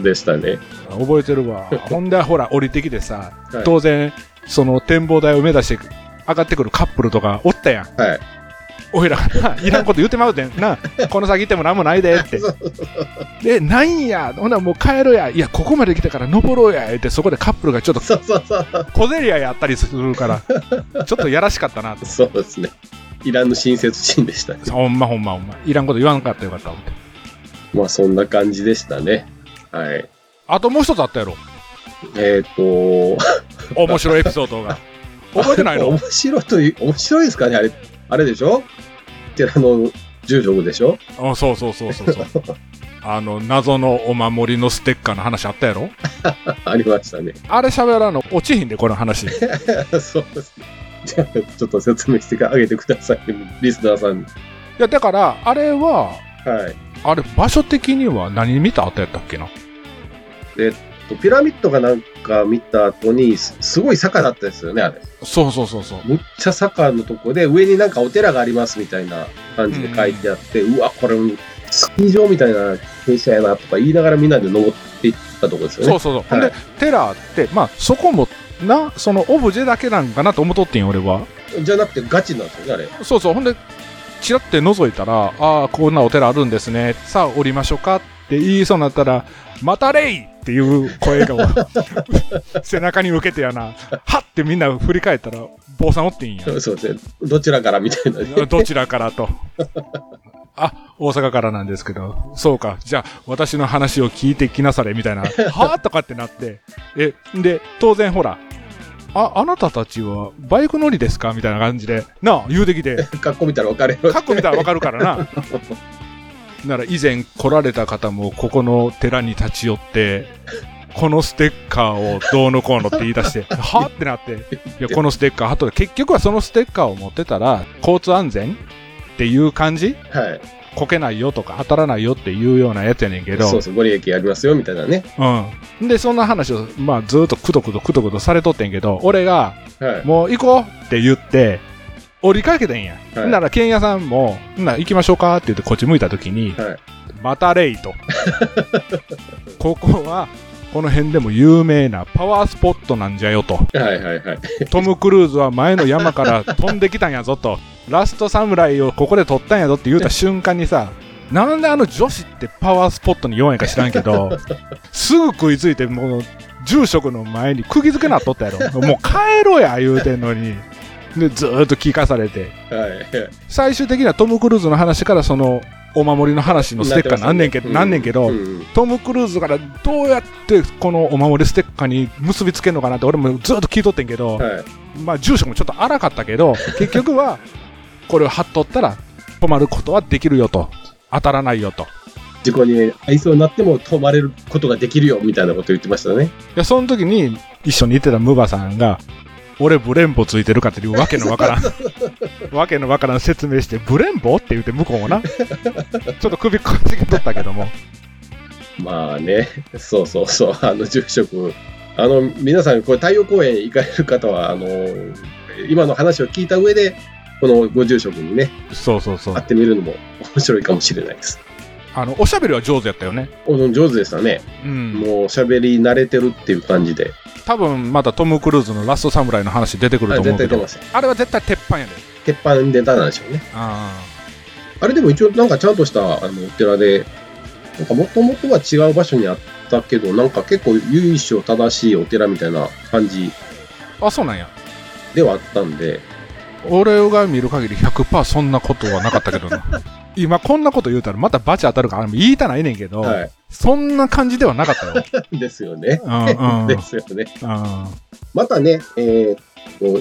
C: でしたね。
D: 覚えてるわほんでほら降りてきてさ、
C: はい
D: 当然その展望台を目指して上がってくるカップルとかおったやん
C: はい。
D: おいらがないらんこと言ってまうてんなこの先行っても何もないでってでないんやほんならもう帰ろうやいやここまで来たから登ろうやってそこでカップルがちょっと
C: そうそうそう。
D: 小競り合いやったりするからちょっとやらしかったなと
C: そうですね。いらぬ親切心でしたね。
D: ほんまほんまほんまいらんこと言わんかったらよかった思って
C: まあそんな感じでしたね。はい。
D: あともう一つあったやろ
C: えっ、と、
D: 面白いエピソードが覚えてな いの
C: 面白いという、面白いですかねあれ、あれでしょ寺の住職でしょ
D: うんそうそうそうそうそうあの謎のお守りのステッカーの話あったやろ
C: ありましたね。
D: あれ喋らんの落ちひんでこの 話
C: そうですね。じゃあ、ちょっと説明してあげてください。リスナーさんに。
D: いやだからあれは
C: はい。
D: あれ場所的には何見た後やったっけな
C: ピラミッドがなんか見た後に、すすごい坂だったですよね、あれ。
D: そうそうそうそう
C: むっちゃ坂のとこで、上になんかお寺がありますみたいな感じで書いてあって、うわ、これ、スキー場みたいな傾斜やなとか言いながらみんなで登っていったとこですよ
D: そ
C: ね
D: う。そうそう、ほんでテラーってまあそこもなそのオブジェだけなんかなと思っとってん俺は
C: じゃなくてガチなんですよね、あれ。
D: そうそうほんでチラって覗いたら「ああこんなお寺あるんですねさあ降りましょうか」って言いそうになったら「またれい!」っていう声が 背中に受けてやなはってみんな振り返ったら坊さんおってんや
C: そうですね。どちらからみ たいなね。
D: どちらからと。あ、大阪からなんですけど、そうか、じゃあ、私の話を聞いてきなされ、みたいな、はぁとかってなって、え、で、当然ほら、あ、あなたたちはバイク乗りですかみたいな感じで、なあ、言うてきて、
C: 格好見たら分かれる。
D: 過去見たらわかるから な。なら以前来られた方もここの寺に立ち寄って、このステッカーをどうのこうのって言い出して、はってなって、いや、このステッカー、はとで、結局はそのステッカーを持ってたら、交通安全っていう感じ
C: はい。
D: こけないよとか当たらないよっていうようなやつやねんけど、
C: そうそう、ご利益ありますよ、みたいなね。
D: うん。で、そんな話を、まあ、ずっとくどくどくどくどされとってんけど、俺が、
C: はい。
D: もう行こうって言って、折りかけてんや。
C: はい
D: なら、剣屋さんも、ほんなら行きましょうかって言ってこっち向いたときに、
C: はい
D: またレイ と。ここは、この辺でも有名なパワースポットなんじゃよと。
C: はいはいはい。
D: トム・クルーズは前の山から飛んできたんやぞと。ラストサムライをここで撮ったんやぞって言うた瞬間にさ、なんであの女子ってパワースポットに弱いんか知らんけど、すぐ食いついて、もう、住職の前に釘付けなっとったやろ。もう帰ろや、言うてんのに。で、ずーっと聞かされて。
C: はい。
D: 最終的にはトム・クルーズの話から、その、お守りの話のステッカーなんねんけど、なんねんけど、
C: ううん
D: トム・クルーズからどうやってこのお守りステッカーに結びつけるのかなって俺もずーっと聞いとってんけど、
C: はい。
D: まあ、住職もちょっと荒かったけ ど、結局は、これを貼っとったら、止まることはできるよと。当たらないよと。い
C: 事故に遭いそうになっても止まれることができるよ、みたいなこと言ってましたね。
D: や、その時に、一緒にいてたムバさんが、俺ブレンボついてるかっていうわけのわから ん、わけのわからん説明して、ブレンボって言って向こうもな、ちょっと首かじけとったけども、
C: まあね、そうそうそう、 あの住職、あの皆さん、これ、太陽公園行かれる方は、あの今の話を聞いた上で、このご住職にね、
D: そうそうそう
C: 会っ。てみるのも面白いかもしれないです。
D: あの、おしゃべりは上手やったよね。
C: お上手でしたね、
D: うん。
C: もう喋り慣れてるっていう感じで、
D: 多分またトム・クルーズのラストサムライの話出てく
C: あ
D: ると思
C: 絶対
D: うけ
C: 出
D: ど
C: ま、す。
D: あれは絶対鉄板やで。
C: 鉄板ネタなんでしょうね。
D: あ
C: あれでも一応、なんかちゃんとしたあのお寺で、なんかもともとは違う場所にあったけど、なんか結構由緒正しいお寺みたいな感じ
D: あ。あ、そうなんや。
C: ではあったんで、
D: 俺が見る限り100%そんなことはなかったけどな 今こんなこと言うたらまたバチ当たるから言いたないねんけど、
C: は
D: そんな感じではなかった よ
C: い。 ですよね。
D: うんうんう ん
C: ですよね。またね、えーと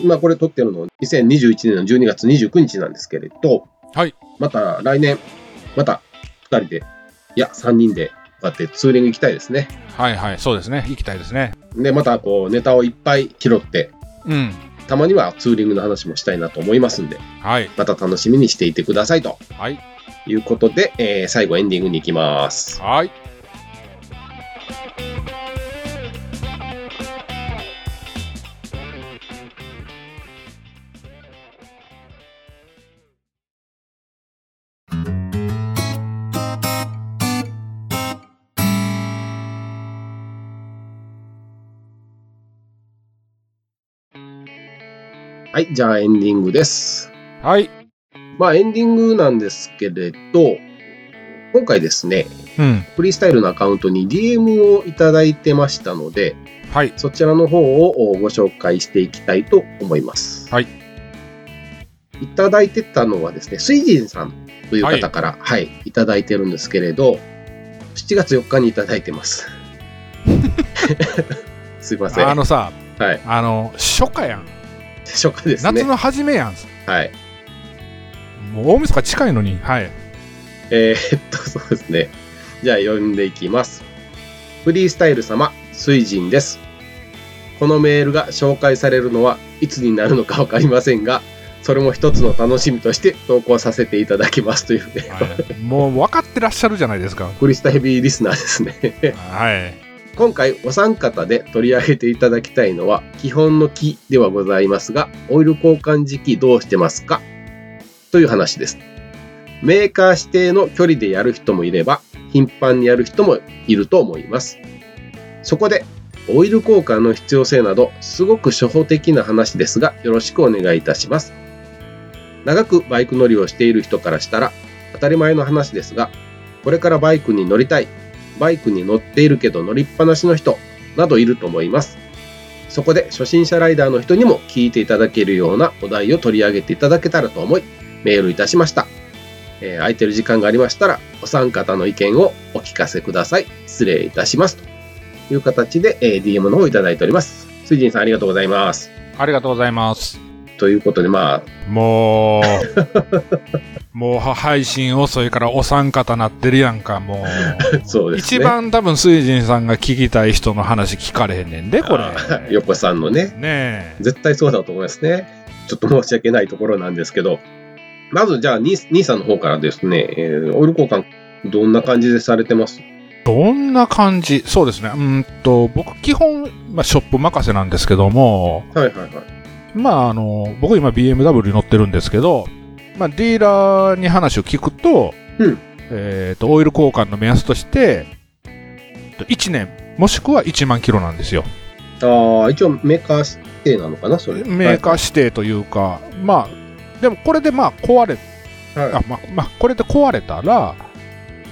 C: 今これ撮ってるの2021年の12月29日なんですけれど、
D: はい
C: また来年、また2人で、いや、3人で、こうやってツーリング行きたいですね。
D: はいはいそうですね行きたいですね
C: で、またこうネタをいっぱい拾って、
D: うん
C: たまにはツーリングの話もしたいなと思いますんで、
D: はい
C: また楽しみにしていてくださいと
D: はい
C: いうことで、えー最後エンディングに行きます。
D: はい
C: はい、じゃあエンディングです。
D: はい。
C: まあエンディングなんですけれど、今回ですね、
D: うん。
C: フリースタイルのアカウントに DM をいただいてましたので、
D: はい。
C: そちらの方をご紹介していきたいと思います。
D: はい。
C: いただいてたのはですね、水神さんという方から、はい、い、ただいてるんですけれど、7月4日にいただいて ます。 すいません。
D: あのさ、
C: はい
D: あの、初夏やん。
C: 初夏です
D: 夏
C: ね。
D: の初めやん。
C: はい。
D: もう大晦日近いのに。はい。
C: えーっと、そうですね。じゃあ読んでいきます。フリースタイル様、水神です。このメールが紹介されるのはいつになるのかわかりませんが、それも一つの楽しみとして投稿させていただきますというね、
D: はい もう分かってらっしゃるじゃないですか。
C: フリスタヘビーリスナーですね。
D: はい。
C: 今回お三方で取り上げていただきたいのは、基本の木ではございますが、オイル交換時期どうしてますかという話です。メーカー指定の距離でやる人もいれば、頻繁にやる人もいると思います。そこで、オイル交換の必要性など、すごく初歩的な話ですが、よろしくお願いいたします。長くバイク乗りをしている人からしたら、当たり前の話ですが、これからバイクに乗りたい、バイクに乗っているけど乗りっぱなしの人などいると思います。そこで初心者ライダーの人にも聞いていただけるようなお題を取り上げていただけたらと思い、メールいたしました。えー空いてる時間がありましたら、お三方の意見をお聞かせください。失礼いたします。という形で、えー DM の方をいただいております。水神さんありがとうございます。
D: ありがとうございます。
C: ということで、まあ、
D: もう、もう配信遅いからお三方なってるやんか、も う。
C: そうですね
D: 一番多分、水神さんが聞きたい人の話聞かれへんねんで、こ
C: あー
D: れ。
C: 横さんのね、
D: ねえ。
C: 絶対そうだと思いますね。ちょっと申し訳ないところなんですけど、まずじゃあ、兄兄さんの方からですね、えーオイル交換、どんな感じでされてます
D: どんな感じそうですね。うーんと、僕、基本、まあ、ショップ任せなんですけども、
C: はいはいはい。
D: まあ、あの、僕今 BMW 乗ってるんですけど、まあ、ディーラーに話を聞くと、
C: うん
D: えっ、と、オイル交換の目安として、1年、もしくは1万キロなんですよ。
C: ああ、一応メーカー指定なのかな、それ。
D: メーカー指定というか、まあ、でもこれでまあ壊れ、
C: はい
D: あ、まあ、まあ、これで壊れたら、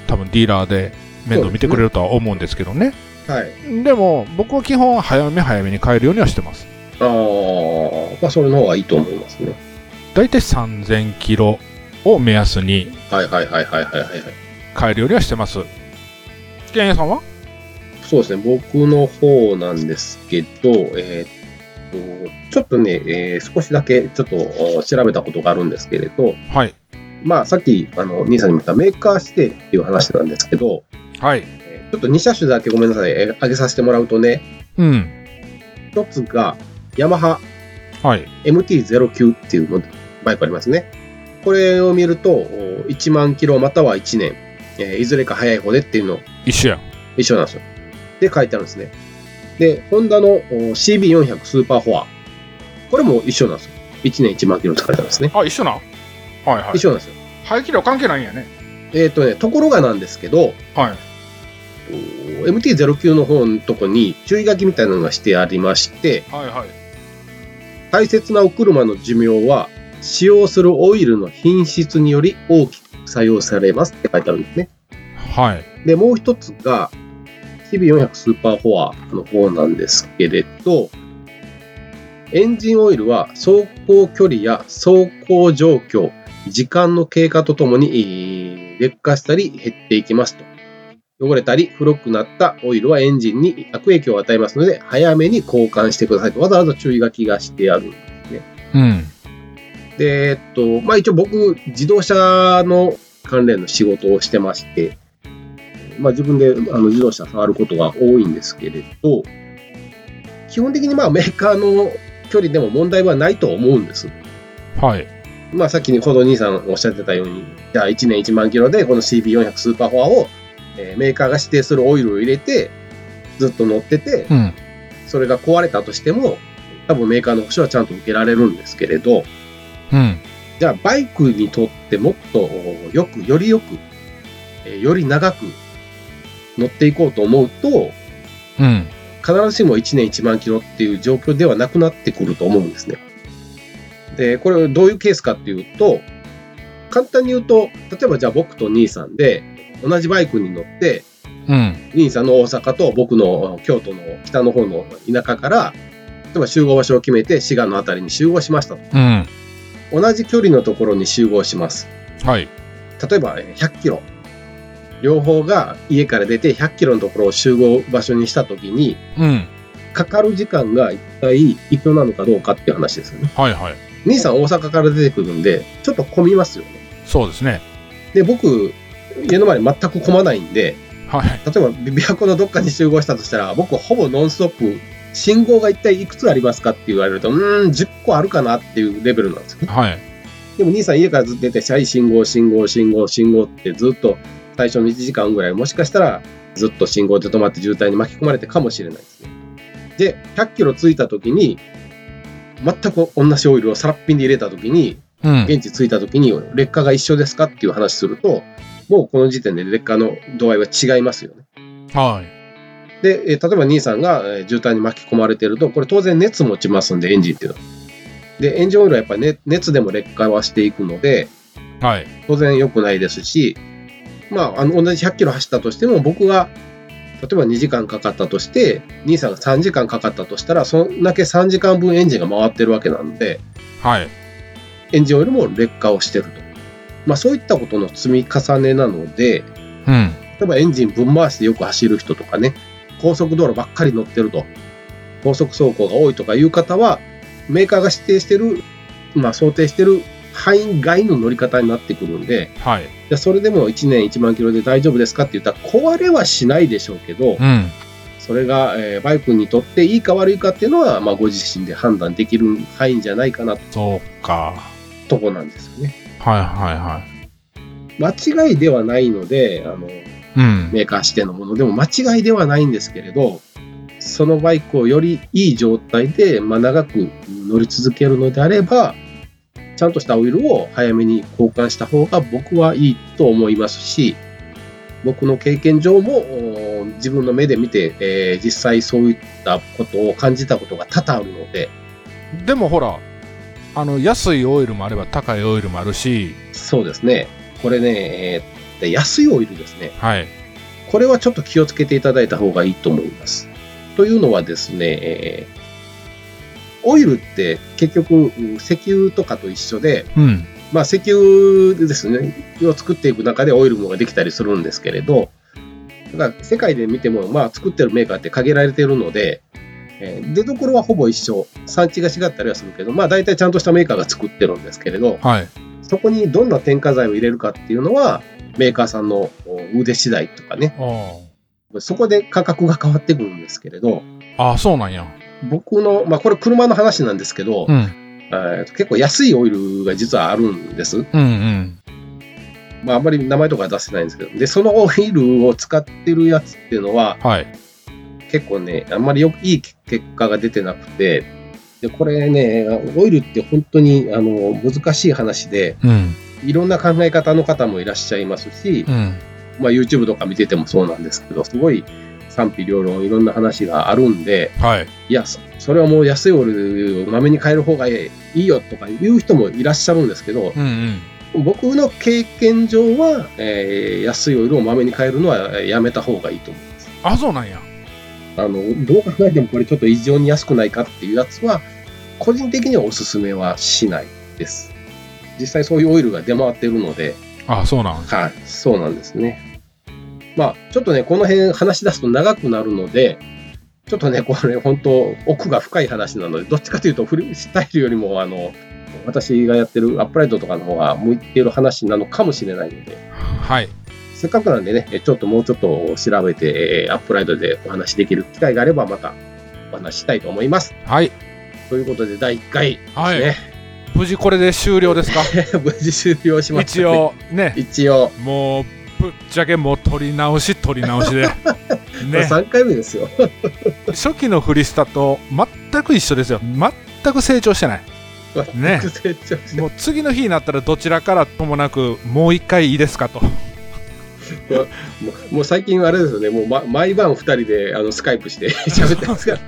D: 多分ディーラーで面倒見てくれるとは思うんですけどね。
C: はい。はい。
D: でも、僕は基本早め早めに変えるようにはしてます。
C: ああ、まあ、それの方がいいと思いますね。
D: だいたい3000キロを目安に
C: はいはいはいはいはいはい。
D: 変えるようにはしてます。危険屋さんは
C: そうですね、僕の方なんですけど、えーっと、ちょっとね、えー少しだけちょっとお調べたことがあるんですけれど、
D: はい。
C: まあ、さっき、あの、兄さんにも言ったメーカー指定っていう話なんですけど、
D: はい。
C: えーちょっと2車種だけごめんなさい、えー挙げさせてもらうとね、
D: うん。
C: 一つが、ヤマハ
D: はい。
C: MT-09 っていうのバイクありますね。これを見ると、お1万キロまたは1年、えーいずれか早い方でっていうの
D: 一緒やん。
C: 一緒なんですよ。で、書いてあるんですね。で、ホンダのお CB400 スーパーフォア。これも一緒なんですよ。1年1万キロって書いてあるんですね。
D: あ、一緒な。はいは
C: 一緒なんですよ。
D: 排気量関係ないんやね。
C: えっ、とね、ところがなんですけど、
D: はい。
C: お MT-09 の方のとこに注意書きみたいなのがしてありまして、
D: はいはい。
C: 大切なお車の寿命は使用するオイルの品質により大きく作用されますって書いてあるんですね。
D: はい。
C: で、もう一つが CB400 スーパーフォアの方なんですけれど、エンジンオイルは走行距離や走行状況、時間の経過とともにえー劣化したり減っていきますと。汚れたり古くなったオイルはエンジンに悪影響を与えますので、早めに交換してくださいと。わざわざ注意書きがしてある
D: うん。
C: で、えっと、まあ一応僕、自動車の関連の仕事をしてまして、まあ自分であの自動車触ることが多いんですけれど、基本的にまあメーカーの距離でも問題はないと思うんです。
D: はい。
C: まあさっきほど兄さんおっしゃってたように、じゃあ1年1万キロでこの CB400 スーパーフォアを、えーメーカーが指定するオイルを入れて、ずっと乗ってて、
D: うん。
C: それが壊れたとしても、多分メーカーの保証はちゃんと受けられるんですけれど、
D: うん。
C: じゃあバイクにとってもっとよく、よりよく、えーより長く乗っていこうと思うと、
D: うん。
C: 必ずしも1年1万キロっていう状況ではなくなってくると思うんですね。で、これどういうケースかっていうと、簡単に言うと、例えばじゃあ僕と兄さんで、同じバイクに乗って、
D: うん。
C: 兄さんの大阪と僕の京都の北の方の田舎から、例えば集合場所を決めて滋賀のあたりに集合しましたと。
D: うん。
C: 同じ距離のところに集合します。
D: はい。
C: 例えばえー100キロ。両方が家から出て100キロのところを集合場所にしたときに、
D: うん。
C: かかる時間が一体一緒なのかどうかっていう話ですよね。
D: はいはい。
C: 兄さん大阪から出てくるんで、ちょっと混みますよね。
D: そうですね。
C: で、僕、家の前全く混まないんで、
D: はい。
C: 例えば琵琶湖のどっかに集合したとしたら、僕ほぼノンストップ、信号が一体いくつありますかって言われると、うーん、10個あるかなっていうレベルなんですよね。
D: はい。
C: でも兄さん家からずっと出て、シャイ信号、信号、信号、信号ってずっと最初の1時間ぐらい、もしかしたらずっと信号で止まって渋滞に巻き込まれてかもしれないですね。で、100キロ着いた時に、全く同じオイルをさらっぴんで入れた時に、
D: うん。
C: 現地着いた時に劣化が一緒ですかっていう話すると、もうこの時点で劣化の度合いは違いますよね。
D: はい。
C: で、えー例えば兄さんがえー渋滞に巻き込まれてると、これ当然熱持ちますんで、エンジンっていうのは。で、エンジンオイルはやっぱり、ね、熱でも劣化はしていくので、
D: はい。
C: 当然良くないですし、まあ、あの同じ100キロ走ったとしても、僕が例えば2時間かかったとして、兄さんが3時間かかったとしたら、そんだけ3時間分エンジンが回ってるわけなので、
D: はい。
C: エンジンオイルも劣化をしてると。まあ、そういったことの積み重ねなので、
D: うん。
C: 例えばエンジンぶん回してよく走る人とかね、高速道路ばっかり乗ってると、高速走行が多いとかいう方は、メーカーが指定してる、まあ想定してる範囲外の乗り方になってくるんで、
D: はい。
C: じゃあそれでも1年1万キロで大丈夫ですかって言ったら壊れはしないでしょうけど、
D: うん。
C: それが、えーバイクにとっていいか悪いかっていうのは、まあご自身で判断できる範囲じゃないかな
D: そうか。
C: とこなんですよね。
D: はいはいは
C: 間違いではないので、あの、
D: い。うん。
C: メーカー指定のものでも間違いではないんですけれどそのバイクをよりいい状態で、まあ、長く乗り続けるのであればちゃんとしたオイルを早めに交換した方が僕はいいと思いますし僕の経験上もお自分の目で見て、えー実際そういったことを感じたことが多々あるので
D: でもほら、あの、安いオイルもあれば高いオイルもあるし、
C: そうですねこれね、えーで安いオイルですね
D: はい。
C: これはちょっと気をつけていただいた方がいいと思います。というのはですね、えーオイルって結局うん石油とかと一緒で、
D: うん。
C: まあ、石油ですねを作っていく中でオイルもができたりするんですけれどだから世界で見ても、まあ、作ってるメーカーって限られてるので、えー出どころはほぼ一緒産地が違ったりはするけど、まあ、大体ちゃんとしたメーカーが作ってるんですけれど
D: はい。
C: そこにどんな添加剤を入れるかっていうのはメーカーさんのお腕次第とかね
D: あ
C: そこで価格が変わってくるんですけれど、
D: あ。ああ、そうなんや。
C: 僕の、まあこれ車の話なんですけど、
D: うん。
C: えー結構安いオイルが実はあるんです。
D: うんうん。
C: まああんまり名前とかは出せないんですけど、で、そのオイルを使ってるやつっていうのは
D: はい。
C: 結構ね、あんまりよくいい結果が出てなくて、で、これね、オイルって本当にあの難しい話で、
D: うん。
C: いろんな考え方の方もいらっしゃいますし
D: う、ん。
C: まあ YouTube とか見ててもそうなんですけど、すごい賛否両論いろんな話があるんで、
D: はい。
C: いや、そそれはもう安いオイルをまめに買える方がいいよとか言う人もいらっしゃるんですけど、
D: うんうん。
C: 僕の経験上は、えー安いオイルをまめに買えるのはえーやめた方がいいと思う。
D: あ、そうなんや。
C: あの、どう考えてもこれちょっと異常に安くないかっていうやつは、個人的にはおすすめはしないです。実際そういうオイルが出回ってるので、
D: ああ、そうなん。
C: はい、そうなんですね。まあ、ちょっとね、この辺話し出すと長くなるので、ちょっとね、これ本当奥が深い話なので、どっちかというとフリースタイルよりも、あの、私がやってるアップライトとかの方が向いている話なのかもしれないので、
D: はい。
C: せっかくなんでね、えちょっともうちょっと調べて、えーアップライトでお話しできる機会があれば、またお話ししたいと思います。
D: はい。
C: ということで、第1回
D: はい。
C: ね、
D: 無事これで終了 ですか
C: 無事終了しました、
D: 一。応、ね。
C: 一応、
D: もう、ぶっちゃけもう取り直し取り直しで。
C: まあ
D: ね。
C: 3回目ですよ。
D: 初期のフリスタと全く一緒ですよ。全く成長してない。ね
C: 成長して
D: もう次の日になったらどちらからともなく、もう一回いいですかと。
C: もうもう最近あれですよね、もう、ま、毎晩2人であのスカイプして 喋ってますから、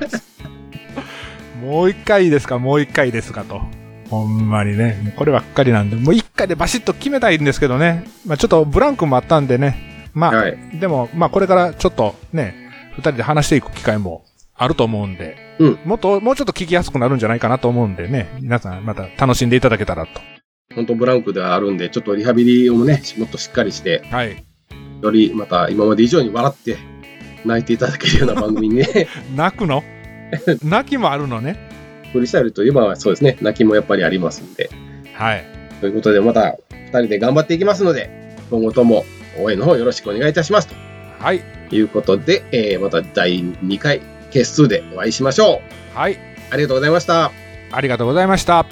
D: もう一回いいですかもう一回いいですかと。ほんまにね、もうこればっかりなんで、もう一回でバシッと決めたいんですけどね、まあちょっとブランクもあったんでね、まあ、
C: はい。
D: でも、まあこれからちょっとね、二人で話していく機会もあると思うんで、
C: うん
D: もっと、もうちょっと聞きやすくなるんじゃないかなと思うんでね、皆さんまた楽しんでいただけたらと。
C: 本当ブランクではあるんで、ちょっとリハビリをね、もっとしっかりして、
D: はい。
C: よりまた今まで以上に笑って、泣いていただけるような番組にね、
D: 泣くの泣きもあるのね。
C: フリースタイルといえばそうですね、泣きもやっぱりありますんで。
D: はい。
C: ということで、また2人で頑張っていきますので、今後とも応援の方よろしくお願いいたします。
D: はい。
C: ということで、えーまた第2回、ケース2でお会いしましょう。
D: はい。
C: ありがとうございました。
D: ありがとうございました。